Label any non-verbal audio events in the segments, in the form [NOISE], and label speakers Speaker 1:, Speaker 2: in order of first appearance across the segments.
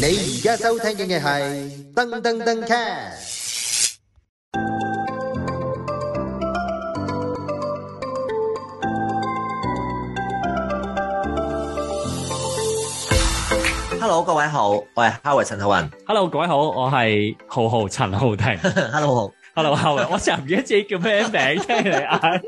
Speaker 1: 你而家收聽嘅係噔噔噔 cast。
Speaker 2: Hello，各位好，我係 Howard 陳浩雲。 [LAUGHS]
Speaker 3: Hello，各位好，我係浩浩陳浩庭。
Speaker 2: Hello，好
Speaker 3: Hello，Howard，我成日唔記得自己叫咩名，聽你嗌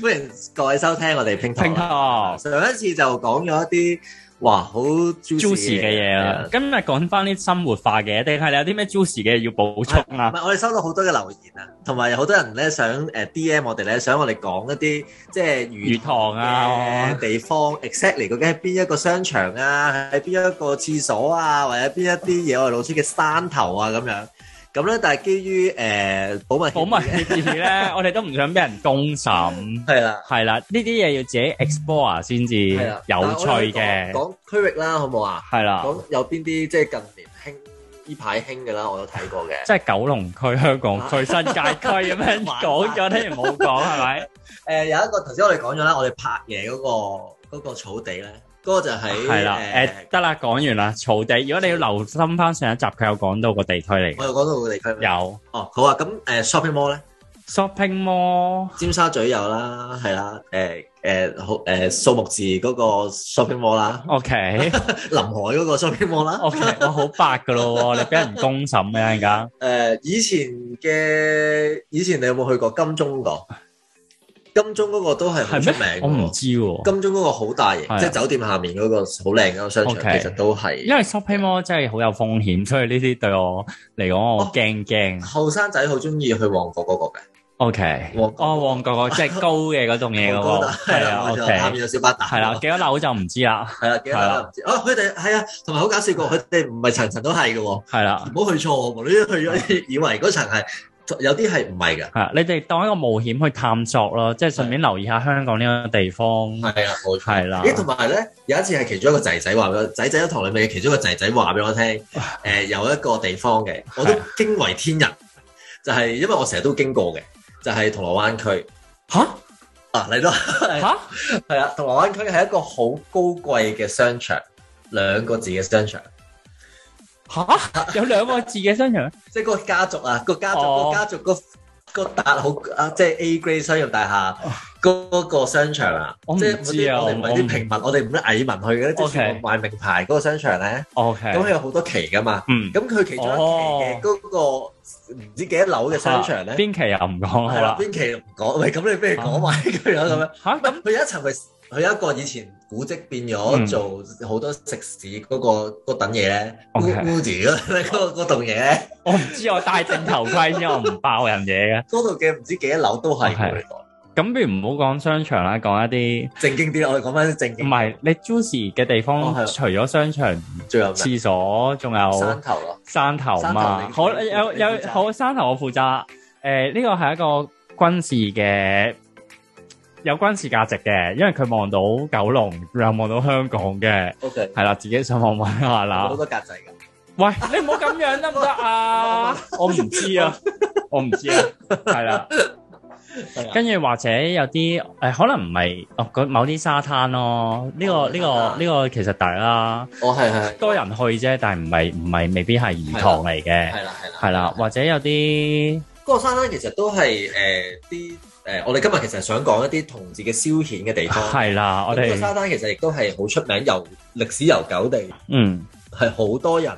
Speaker 2: 歡迎各位收聽我哋拼圖。
Speaker 3: 拼堂
Speaker 2: 上一次就講咗一啲哇好
Speaker 3: juicy
Speaker 2: juicy
Speaker 3: 嘅嘢啦。。今日講翻啲生活化嘅，定係你有啲咩 juicy 嘅要補充
Speaker 2: 唔 [LAUGHS]
Speaker 3: 啊？
Speaker 2: 係，我哋收到好多嘅留言啊，同埋有好多人咧想誒 DM 我哋咧，想我哋講一啲即係
Speaker 3: 魚塘啊
Speaker 2: [LAUGHS] 嘅，地方，exactly 究竟喺邊一個商場啊，喺邊一個廁所啊，或者邊一啲野外露出嘅山頭啊咁樣。咁咧，但係基於誒、呃保密
Speaker 3: 保密協議咧， [LAUGHS] 我哋都唔想俾人公審。
Speaker 2: 係啦。
Speaker 3: 係啦，呢啲嘢要自己 explore 先至有
Speaker 2: 係啦
Speaker 3: 趣
Speaker 2: 但係
Speaker 3: 嘅。
Speaker 2: 我哋講講區域啦，好唔好啊？
Speaker 3: 係啦，
Speaker 2: 講有邊啲即係近年興呢排興嘅啦，我都睇過嘅。
Speaker 3: 即係九龍區、香港區、新界區咁樣講咗，聽唔好講係咪？
Speaker 2: [LAUGHS] 誒、有一個頭先我哋講咗啦，我哋拍嘢嗰、個嗰、個草地咧，嗰、個就喺
Speaker 3: 係啦，
Speaker 2: 誒
Speaker 3: 誒得啦，講完啦。草地，如果你要留心翻上一集，佢有講到個地區嚟
Speaker 2: 我哋講到個地區
Speaker 3: 嘅，有
Speaker 2: 哦，好啊，咁誒、shopping mall 咧，
Speaker 3: shopping mall
Speaker 2: 尖沙咀有啦，係啦，誒、誒好誒數目字嗰個 shopping mall 啦， [LAUGHS]
Speaker 3: OK [LAUGHS]
Speaker 2: 臨海嗰個 shopping mall 啦，誒、
Speaker 3: OK，我好白噶咯喎，你俾人公審嘅陣間。
Speaker 2: 以前嘅以前你有冇去過金鐘嗰、個？金鐘嗰個都係好出名
Speaker 3: 係
Speaker 2: 嘅
Speaker 3: 咩？我唔
Speaker 2: 喎。
Speaker 3: 知喎，
Speaker 2: 金鐘嗰個好大型
Speaker 3: 係，啊
Speaker 2: 即係酒店下面嗰個好靚嗰個商場
Speaker 3: OK
Speaker 2: 其實都係
Speaker 3: 因為 shopping mall 真係好有風險，所以呢啲對我嚟講我驚驚。
Speaker 2: 後生仔好中意去旺角嗰個嘅，
Speaker 3: OK，
Speaker 2: 旺角
Speaker 3: 哦，旺角個即係高嘅嗰棟嘢嗰
Speaker 2: 旺
Speaker 3: 個，
Speaker 2: 角
Speaker 3: 係啊
Speaker 2: 冇錯下
Speaker 3: ，OK，
Speaker 2: 面有小巴打，
Speaker 3: 係啦，幾多樓就唔知啦，
Speaker 2: 係啦，幾多
Speaker 3: 係啦
Speaker 2: 樓唔知。哦，佢哋係啊，同埋好搞笑過，佢哋唔係層層都係嘅喎，唔
Speaker 3: 係啦。
Speaker 2: 好去錯喎，無端端去咗，以為嗰層係有啲係唔係㗎，
Speaker 3: 係，你哋當一個冒險去探索咯，即係順便留意下香港呢個地方，
Speaker 2: 係啦，冇錯。
Speaker 3: 係啦。
Speaker 2: 咦，同埋咧，有一次係其中一個仔仔話俾我，仔仔喺堂裏面嘅其中一個仔仔話俾我聽，誒、有一個地方
Speaker 3: [LAUGHS]
Speaker 2: 嘅，我都驚為天人，就係、因為我成日都經過嘅，就係、銅鑼灣區
Speaker 3: 吓
Speaker 2: 啊，嚟到
Speaker 3: 吓，
Speaker 2: 係啊，銅鑼灣區係一個好高貴嘅商場，兩個字嘅商場，
Speaker 3: 吓有兩個字嘅商場，
Speaker 2: 即係嗰個家族啊，個家族、
Speaker 3: 哦
Speaker 2: 個家族個個笪好啊，即係 A grade 商業大廈嗰、個商場啊，
Speaker 3: 我唔
Speaker 2: 即係嗰
Speaker 3: 知
Speaker 2: 啲
Speaker 3: 啊
Speaker 2: 我哋唔係
Speaker 3: 我
Speaker 2: 啲
Speaker 3: 唔
Speaker 2: 平民，我哋唔係啲蟻民去嘅，即係
Speaker 3: OK
Speaker 2: 全部賣名牌嗰個商場咧，
Speaker 3: O K，
Speaker 2: 咁佢有好多期噶嘛，
Speaker 3: 嗯，
Speaker 2: 咁佢其中一期嘅嗰個唔知幾多樓嘅商場咧，
Speaker 3: 哦邊期又唔講好啊嗯
Speaker 2: 係啦
Speaker 3: 啦，，
Speaker 2: 邊期唔講， [LAUGHS] 喂，咁你不如講埋佢啊啦咁樣。
Speaker 3: 吓咁
Speaker 2: 佢有一層咪佢有一個以前古蹟變咗
Speaker 3: 嗯
Speaker 2: 做好多食肆嗰、個嗰等嘢咧
Speaker 3: OK
Speaker 2: ，Woody 嗰嗰嗰棟嘢咧，
Speaker 3: 我唔知，我戴正頭盔先，我唔爆人嘢嘅。
Speaker 2: 嗰度嘅唔知幾多樓都係
Speaker 3: OK
Speaker 2: 佢嚟講
Speaker 3: 咁不如唔好講商場啦，講一
Speaker 2: 正經啲，我哋講翻啲正
Speaker 3: 啲唔
Speaker 2: 經。
Speaker 3: 係你 juicy 嘅地方
Speaker 2: 哦，係
Speaker 3: 除咗商場、
Speaker 2: 最後咩？
Speaker 3: 廁所，仲有
Speaker 2: 山頭咯，
Speaker 3: 山頭嘛。
Speaker 2: 山頭你
Speaker 3: 好
Speaker 2: 你
Speaker 3: 有
Speaker 2: 負責
Speaker 3: 有好山頭，我負責啦。誒，呢個係一個軍事嘅。有軍事價值嘅，因為佢望到九龍，又望到香港嘅，
Speaker 2: ，OK，
Speaker 3: 係啦，自己上網揾下啦
Speaker 2: 好。多格仔㗎。
Speaker 3: 喂，你唔好咁樣得唔得啊？我唔知啊，我唔知啊，係啦
Speaker 2: 係啊。
Speaker 3: 跟住或者有啲誒、可能唔係哦，嗰某啲沙灘咯。呢、個
Speaker 2: 哦
Speaker 3: 呢、
Speaker 2: 沙
Speaker 3: 個
Speaker 2: 灘
Speaker 3: 呢、個其實大啦，
Speaker 2: 哦，係係
Speaker 3: 多人去啫，但係唔係唔係未必係兒童嚟嘅，
Speaker 2: 係啦係啦，
Speaker 3: 係啦。。或者有啲
Speaker 2: 嗰個山咧，其實都係誒啲誒，我哋今日其實係想講一啲同志嘅消遣嘅地方。
Speaker 3: 係啦， [LAUGHS] 我
Speaker 2: 咁個
Speaker 3: 哋
Speaker 2: 沙灘其實亦都係好出名，由歷史悠久地
Speaker 3: 嗯
Speaker 2: 係好多人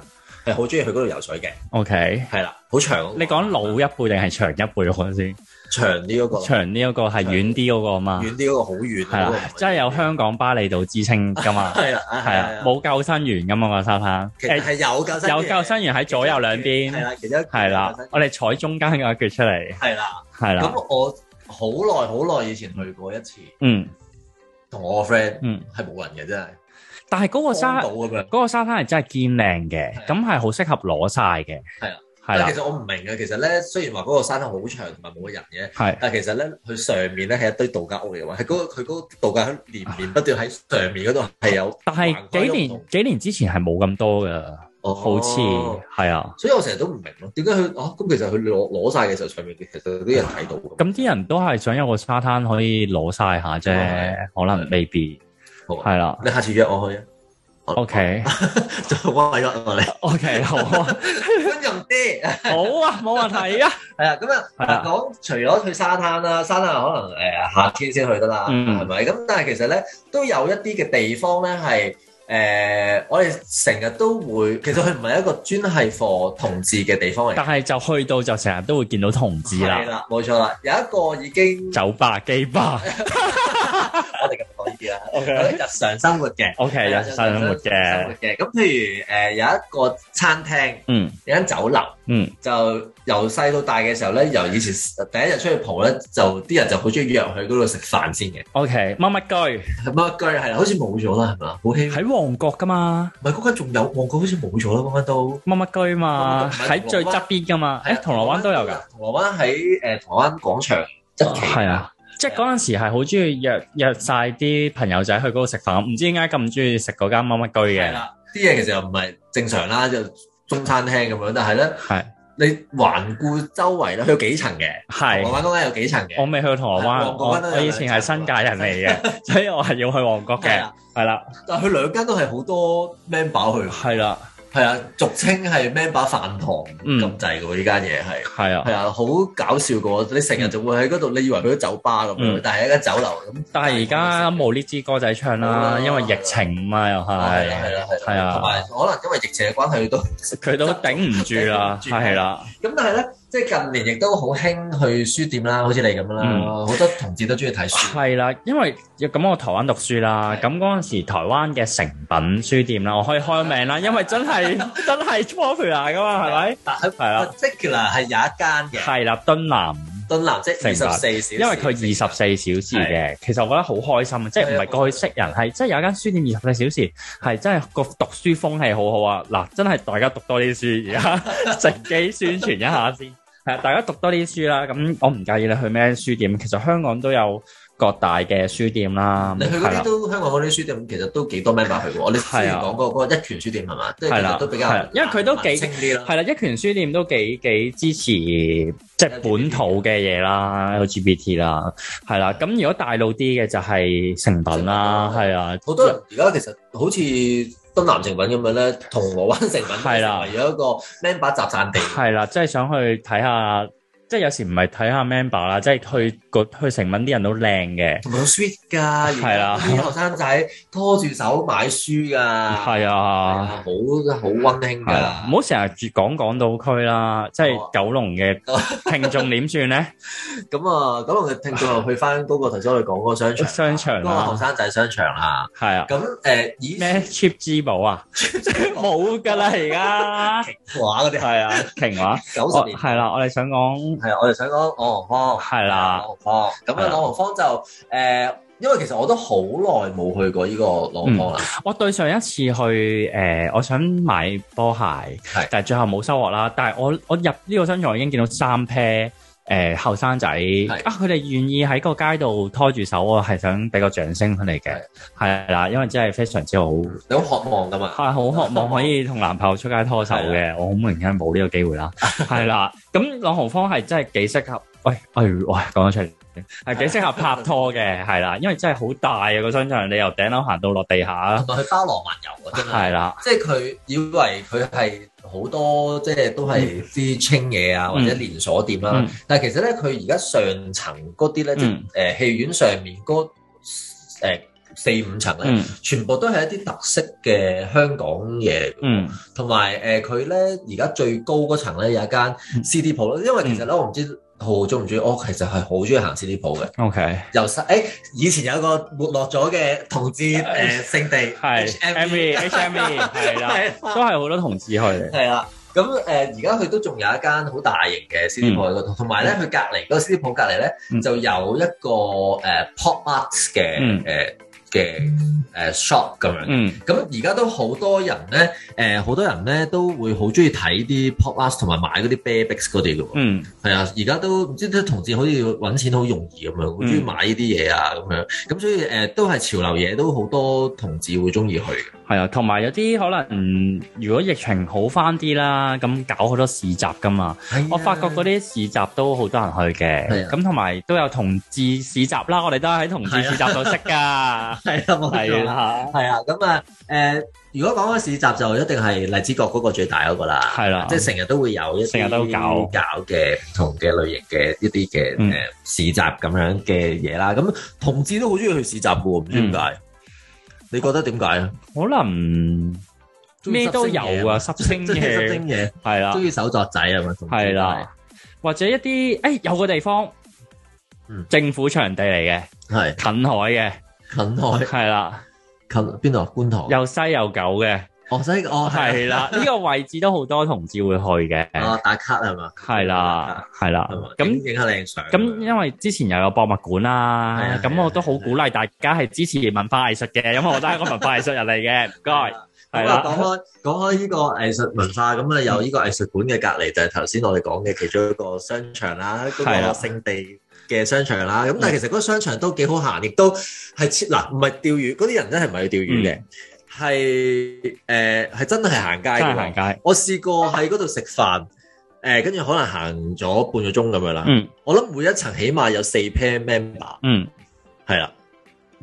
Speaker 2: 係好中意去嗰度游水嘅，
Speaker 3: OK。
Speaker 2: 係啦，好長嗰個。
Speaker 3: 你講老一輩定係長一輩嗰個先？
Speaker 2: 長啲嗰個，
Speaker 3: 長呢一個係遠啊啲嗰個嘛，
Speaker 2: 遠啲嗰個好遠
Speaker 3: 係
Speaker 2: 嗰個
Speaker 3: 啦，真係有香港巴厘島之稱噶嘛。
Speaker 2: 係啦，係啊
Speaker 3: 係啊，，冇救生員啊噶嘛個沙灘，
Speaker 2: 其實係有救生
Speaker 3: 誒有救生員喺左右兩
Speaker 2: 係
Speaker 3: 邊，
Speaker 2: 啦，其中一個
Speaker 3: 係啦
Speaker 2: 有救生，
Speaker 3: 我哋採中間嗰一橛出嚟，
Speaker 2: 係啦。
Speaker 3: 係啦，
Speaker 2: 咁我好耐好耐以前去過一次，
Speaker 3: 嗯
Speaker 2: 同我個 friend
Speaker 3: 嗯，
Speaker 2: 係冇人嘅真係，
Speaker 3: 但係嗰個哦沙
Speaker 2: 荒島咁樣。
Speaker 3: 嗰個沙灘係真係堅靚嘅，
Speaker 2: 係啊
Speaker 3: 咁係好適合攞晒嘅，
Speaker 2: 係啊啦，
Speaker 3: 係
Speaker 2: 但
Speaker 3: 啦
Speaker 2: 其，實我唔明嘅，其實咧雖然話嗰個山頭好長同埋冇乜人嘅，
Speaker 3: 係
Speaker 2: 但其實咧佢上面咧係一堆度假屋嚟嘅喎，係嗰個佢嗰個度假屋連綿不斷喺上面嗰度係有，
Speaker 3: 但係幾
Speaker 2: 橫跨
Speaker 3: 年幾年之前係冇咁多噶，
Speaker 2: 哦
Speaker 3: 好似係啊，
Speaker 2: 所以我成日都唔明咯，點解佢哦咁其實佢攞攞曬嘅時候，上面其實有啲人睇到㗎。
Speaker 3: 咁啲人都係想有個沙灘可以攞晒下啫
Speaker 2: 係，
Speaker 3: 可能未必
Speaker 2: 好啊
Speaker 3: 係啦，
Speaker 2: 你下次約我去啊！ [LAUGHS]
Speaker 3: O K
Speaker 2: 就威屈我
Speaker 3: [LAUGHS]
Speaker 2: 哋，
Speaker 3: O K 好啊，
Speaker 2: 温柔啲。
Speaker 3: 好啊，冇問題啊。
Speaker 2: 係啊，咁啊，
Speaker 3: 係啊
Speaker 2: 講除咗去沙灘啦，沙灘可能誒、呃夏天先去得啦，
Speaker 3: 嗯
Speaker 2: 係咪、咁但係其實咧，都有一啲嘅地方咧係誒，我哋成日都會，其實佢唔係一個專係 for 同志嘅地方嚟
Speaker 3: 但
Speaker 2: 嘅。
Speaker 3: 係就去到就成日都會見到同志
Speaker 2: 係
Speaker 3: 啦，
Speaker 2: 啦，冇錯啦，有一個已經
Speaker 3: 酒吧、基
Speaker 2: [LAUGHS]
Speaker 3: 吧。
Speaker 2: 我哋咁講呢啲啦，
Speaker 3: O
Speaker 2: 有啲日常生活嘅，
Speaker 3: O 啊 K，有日常生活
Speaker 2: 生
Speaker 3: 嘅，
Speaker 2: 活嘅。咁譬如誒、呃有一個餐廳，
Speaker 3: 嗯
Speaker 2: 有間酒樓。
Speaker 3: 嗯，
Speaker 2: 就由細到大嘅時候咧，由以前第一日出去蒲咧，就啲人就好中意約去嗰度食飯先嘅。
Speaker 3: O K，乜乜居
Speaker 2: 係乜居係啦，好似冇咗啦，係嘛？好希
Speaker 3: 喺旺角噶嘛，
Speaker 2: 唔係嗰間仲有旺角，好似冇咗啦，嗰間都。
Speaker 3: 乜乜居嘛，
Speaker 2: 乜乜居
Speaker 3: 喺最側邊噶嘛，誒，銅鑼灣都有噶，。
Speaker 2: 銅鑼灣喺誒銅鑼灣廣場一期。
Speaker 3: 係啊。即係嗰陣時係好中意約約晒啲朋友仔去嗰度食飯，唔知點解咁中意食嗰間乜乜居
Speaker 2: 係
Speaker 3: 嘅，
Speaker 2: 啦，啲嘢其實又唔係正常啦，就中餐廳咁樣，但係咧，
Speaker 3: 係
Speaker 2: 你環顧周圍咧，佢有幾層嘅。銅鑼
Speaker 3: 係
Speaker 2: 灣嗰間有幾層
Speaker 3: 我
Speaker 2: 嘅。
Speaker 3: 未去過銅鑼
Speaker 2: 係
Speaker 3: 灣，
Speaker 2: 旺角
Speaker 3: 我
Speaker 2: 都有
Speaker 3: 我以前係新界人嚟嘅，所以我係要去旺角
Speaker 2: 係
Speaker 3: 嘅，
Speaker 2: 啦，
Speaker 3: 係啦
Speaker 2: 但係佢兩間都係好多 member 去，
Speaker 3: 係啦，
Speaker 2: 係啊，俗稱係 member 飯堂
Speaker 3: 嗯
Speaker 2: 咁滯嘅喎，呢間嘢係。
Speaker 3: 係啊，
Speaker 2: 係啊，好搞笑噶喎！你成日就會喺嗰度，你以為去咗酒吧咁樣，
Speaker 3: 嗯
Speaker 2: 但係一間酒樓咁。
Speaker 3: 但係而家冇呢支歌仔唱啦，
Speaker 2: 冇啦
Speaker 3: 因為疫情嘛又
Speaker 2: 係啦
Speaker 3: 係，
Speaker 2: 係啦係啦，
Speaker 3: 係啊
Speaker 2: 同埋可能因為疫情嘅關係都
Speaker 3: 佢都頂唔住啦，
Speaker 2: 頂唔住
Speaker 3: 係啦，
Speaker 2: 咁，但係咧，即係近年亦都好興去書店啦，好似你咁啦，
Speaker 3: 嗯
Speaker 2: 好多同志都中意睇書。
Speaker 3: 係啦，因為咁我台灣讀書啦，
Speaker 2: 係
Speaker 3: 咁嗰陣時台灣嘅成品書店啦，我可以開名啦，因為
Speaker 2: [LAUGHS]
Speaker 3: 真係真係 popular 噶嘛，係咪？
Speaker 2: 但係
Speaker 3: 係啦，
Speaker 2: particular 係有一間嘅
Speaker 3: 係啦，敦南，
Speaker 2: 敦南，即係
Speaker 3: 成
Speaker 2: 二
Speaker 3: 日
Speaker 2: 十四小時，
Speaker 3: 因為佢二十四小時嘅，其實我覺得好開心啊，即係唔係過去識人，係即係有一間書店二十四小時，係真係個讀書風氣好好啊！嗱，真係大家讀多啲書， [LAUGHS] 而家藉機宣傳一下先。係啊，大家讀多啲書啦。咁我唔介意你去咩書店，其實香港都有各大嘅書店啦。
Speaker 2: 你去嗰
Speaker 3: 係
Speaker 2: 啲
Speaker 3: 啦
Speaker 2: 都香港嗰啲書店，其實都幾多 member 去喎。我哋之前
Speaker 3: 係啊
Speaker 2: 講過嗰個一拳書店係嘛，即係
Speaker 3: 係
Speaker 2: 其
Speaker 3: 啦
Speaker 2: 實都比
Speaker 3: 係
Speaker 2: 較
Speaker 3: 啦，因為佢都幾
Speaker 2: 清啲啦。
Speaker 3: 係啦，一拳書店都幾幾支持即係本土嘅嘢啦，LGBT 啦，係啦。咁如果大路啲嘅就係成品啦，
Speaker 2: 成
Speaker 3: 係啊，
Speaker 2: 好多人而家其實好似敦南成品咁樣咧，銅鑼灣成品
Speaker 3: 係啦
Speaker 2: 成為咗一個 member 集散地。
Speaker 3: 係啦，即係想去睇下，即係有時唔係睇下 member 啦，即係去個去成品啲人都靚嘅，
Speaker 2: 同埋好 sweet 㗎，
Speaker 3: 係
Speaker 2: 而
Speaker 3: 啦
Speaker 2: 家啲後生仔拖住手買書㗎，係
Speaker 3: 係
Speaker 2: 啊，
Speaker 3: 啊，
Speaker 2: 好好温馨
Speaker 3: 係啊，唔
Speaker 2: 㗎。
Speaker 3: 好成日住講港島區啦，即
Speaker 2: 哦
Speaker 3: 係九龍嘅聽眾點算咧？
Speaker 2: 咁啊，咁我哋聽眾又去翻嗰個頭先我哋講嗰個商場，啊
Speaker 3: 商場啊
Speaker 2: 嗰個後
Speaker 3: 啦，
Speaker 2: 生仔商場啦。
Speaker 3: 係啊，
Speaker 2: 咁誒，以
Speaker 3: 咩 cheap 支寶啊，冇㗎啦而家，
Speaker 2: 畫嗰啲 [LAUGHS]
Speaker 3: 係啊，瓊話，
Speaker 2: 九十
Speaker 3: 我
Speaker 2: 年
Speaker 3: 係啦，我哋想講
Speaker 2: 係啊，我哋想講朗豪坊。
Speaker 3: 係啦，
Speaker 2: 朗豪坊咁
Speaker 3: 係
Speaker 2: 啊，
Speaker 3: 啦
Speaker 2: 朗豪坊就誒，因為其實我都好耐冇去過呢個朗豪坊啦。
Speaker 3: 我對上一次去誒、呃我想買波鞋
Speaker 2: 係，
Speaker 3: 但係最後冇收穫啦。但係我我入呢個商場已經見到三 pair 誒後生仔啊，佢哋願意喺個街度拖住手，我係想俾個掌聲佢哋嘅
Speaker 2: 係，
Speaker 3: 係啦，因為真係非常之好，
Speaker 2: 你好渴望㗎嘛？
Speaker 3: 係好渴望可以同男朋友出街拖手嘅，我好明顯冇呢個機會啦，係啦。咁朗豪坊係真係幾適合，喂喂喂，講咗出嚟。係幾適合拍拖嘅，係啦，因為真係好大啊個商場，你由頂樓行到落地下，
Speaker 2: 同埋佢包羅萬有啊，真係。
Speaker 3: 係啦。
Speaker 2: 即係佢以為佢係好多即係都係啲清嘢啊，或者連鎖店啦、
Speaker 3: 嗯
Speaker 2: 但係其實咧，佢而家上層嗰啲咧，即
Speaker 3: 嗯
Speaker 2: 係誒戲院上面嗰誒四五層咧，
Speaker 3: 嗯
Speaker 2: 全部都係一啲特色嘅香港嘢嚟嘅。
Speaker 3: 嗯
Speaker 2: 同埋誒佢咧而家最高嗰層咧有一間
Speaker 3: 嗯
Speaker 2: CD 鋪咯，因為其實咧我唔知。豪中唔中意？哦我其實係好中意行 CD
Speaker 3: [LAUGHS]
Speaker 2: 鋪嘅。
Speaker 3: ，OK，
Speaker 2: 由細誒、以前有一個沒落咗嘅同志誒、
Speaker 3: [LAUGHS]
Speaker 2: 聖地
Speaker 3: 係 HME
Speaker 2: [LAUGHS]
Speaker 3: HME 係啦，
Speaker 2: 係啊
Speaker 3: 都係好多同志去嘅，
Speaker 2: 係啦，咁誒而家佢都仲有一間好大型嘅 CD 鋪喺嗰度，同埋咧佢隔離嗰個 CD 鋪隔離咧
Speaker 3: 嗯
Speaker 2: 就有一個誒 pop art 嘅
Speaker 3: 嗯
Speaker 2: 誒嘅誒 shop 咁樣。
Speaker 3: 嗯
Speaker 2: 咁而家都好多人咧，誒好多人咧都會好中意睇啲 pop art 同埋買嗰啲 bear b i x 嗰啲嘅喎。
Speaker 3: 嗯
Speaker 2: 係啊，而家都唔知啲同志好似揾錢好容易咁樣，好中意買呢啲嘢啊咁樣。咁所以誒、都係潮流嘢，都好多同志會中意去嘅。
Speaker 3: 係啊，同埋有啲可能嗯如果疫情好翻啲啦，咁搞好多市集噶嘛，我發覺嗰啲市集都好多人
Speaker 2: 啊
Speaker 3: 去
Speaker 2: 係
Speaker 3: 嘅，
Speaker 2: 啊
Speaker 3: 咁同埋都有同志市集啦，我哋都喺同志市集度識噶，
Speaker 2: [LAUGHS] 係啊啦，冇錯
Speaker 3: 係
Speaker 2: 啦，
Speaker 3: 啦，
Speaker 2: 係啊，咁啊，誒，如果講開市集就一定係荔枝角嗰個最大嗰個啦，
Speaker 3: 係啦
Speaker 2: 即係成日都會有一啲
Speaker 3: 成日都搞
Speaker 2: 搞嘅唔同嘅類型嘅一啲嘅誒
Speaker 3: 嗯
Speaker 2: 市集咁樣嘅嘢啦。咁同志都好中意去市集嘅喎，唔知點
Speaker 3: 嗯
Speaker 2: 解？你覺得點解啊？
Speaker 3: 可能咩都有啊，濕
Speaker 2: [LAUGHS]
Speaker 3: 星
Speaker 2: 即係執
Speaker 3: 嘢
Speaker 2: 精嘢，
Speaker 3: 係啦
Speaker 2: 中，意手作仔啊嘛，同志
Speaker 3: 係啦，或者一啲誒有個地方
Speaker 2: 嗯，
Speaker 3: 政府場地嚟
Speaker 2: [LAUGHS] 都係，
Speaker 3: 嘅，近海嘅，
Speaker 2: 係近海
Speaker 3: 係啦，
Speaker 2: 近邊度啊？觀塘
Speaker 3: 又西又久嘅，
Speaker 2: [LAUGHS] 哦，西哦係
Speaker 3: 係啦，呢個位置都好多同志會去嘅，
Speaker 2: 哦打卡係嘛？
Speaker 3: 係啦，係啦
Speaker 2: 係嘛，，
Speaker 3: 咁。
Speaker 2: 影影下靚相啊
Speaker 3: 咁因為之前又有博物館
Speaker 2: 係
Speaker 3: 啦
Speaker 2: 啊，係
Speaker 3: 咁
Speaker 2: 啊
Speaker 3: 我都好鼓勵大家係支持文化藝術嘅，因為我都係一個文化藝術人嚟
Speaker 2: [LAUGHS]
Speaker 3: 嘅，唔該，
Speaker 2: 咁啊，講
Speaker 3: 係啦，嗯
Speaker 2: 開講開呢個藝術文化，咁啊有呢個藝術館嘅隔離就係頭先我哋講嘅其中一個商場啦，嗰個
Speaker 3: 係啦嗯
Speaker 2: 聖地嘅商場啦。咁但係其實嗰個商場都幾好行，亦都係設嗱，唔係釣魚，嗰啲人真係唔係去釣魚嘅，
Speaker 3: 嗯
Speaker 2: 係誒係真係行街
Speaker 3: 真係
Speaker 2: 嘅
Speaker 3: 行。街，
Speaker 2: 我試過喺嗰度食飯，誒跟住可能行咗半個鐘咁樣啦。
Speaker 3: 嗯
Speaker 2: 我諗每一層起碼有四 pair member，
Speaker 3: 嗯
Speaker 2: 係啦，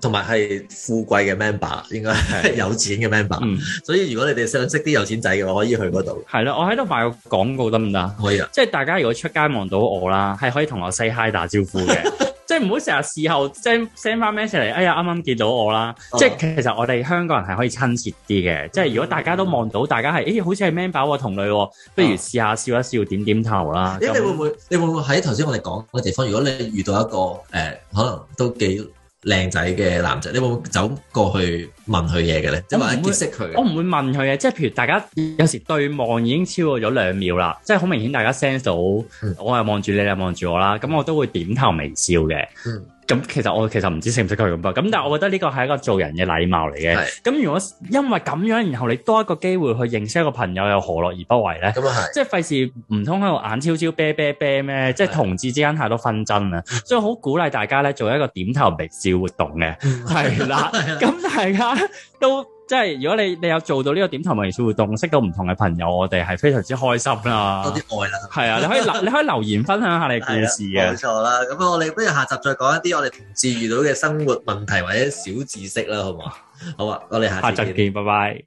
Speaker 2: 同埋係富貴嘅 member，應該係有錢嘅 member。
Speaker 3: 嗯，
Speaker 2: 所以如果你哋想識啲有錢仔嘅話，可以去嗰度，
Speaker 3: 係啦，我喺度賣個廣告得唔得？
Speaker 2: 可以啊。
Speaker 3: 即係大家如果出街望到我啦，係可以同我 say hi 打招呼
Speaker 2: [LAUGHS]
Speaker 3: 嘅，即係唔好成日事後 send send 翻 message 嚟，哎呀啱啱見到我啦，
Speaker 2: 哦
Speaker 3: 即係其實我哋香港人係可以親切啲嘅，即係如果大家都望到大家係，咦、好似係 member 喎同類喎，不如試下笑一笑點點頭啦，
Speaker 2: 哦咦，你會
Speaker 3: 啊咁
Speaker 2: 唔會？你會唔會喺頭先我哋講嘅地方？如果你遇到一個誒、呃可能都幾靚仔嘅男仔，你會唔會走過去問佢嘢嘅咧？即係話
Speaker 3: 我唔會哦
Speaker 2: 結識佢
Speaker 3: 我
Speaker 2: 嘅。
Speaker 3: 唔會問佢嘅，即係譬如大家有時對望已經超過咗兩秒啦，即係好明顯大家 sense 到
Speaker 2: 嗯
Speaker 3: 我又望住你，你又望住我啦，咁我都會點頭微笑嘅。
Speaker 2: 嗯
Speaker 3: 咁其實我其實唔知識唔識佢咁噃，咁但係我覺得呢個係一個做人嘅禮貌嚟嘅。
Speaker 2: 係
Speaker 3: 咁如果因為咁樣，然後你多一個機會去認識一個朋友，又何樂而不為呢？
Speaker 2: 咁啊
Speaker 3: 即係費事唔通喺度眼超超啤啤啤咩？即係同志之間太多紛爭啦，所以好鼓勵大家咧做一個點頭微笑活動嘅，係啦。咁大家都即係如果你你有做到呢個點頭微笑活動，識到唔同嘅朋友，我哋係非常之開心
Speaker 2: 係
Speaker 3: 啦。
Speaker 2: 多啲愛啦。
Speaker 3: 係啊，你可以留你可以留言分享下你故
Speaker 2: 係啦啊
Speaker 3: 事
Speaker 2: 冇
Speaker 3: 嘅，
Speaker 2: 錯啦。咁我哋不如下集再講一啲我哋同志遇到嘅生活問題或者小知識啦，好嘛？好啊，我哋
Speaker 3: 下
Speaker 2: 下次
Speaker 3: 集
Speaker 2: 見。
Speaker 3: 見，拜拜。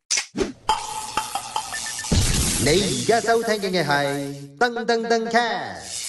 Speaker 1: 你而家收聽嘅係噔噔噔 cast。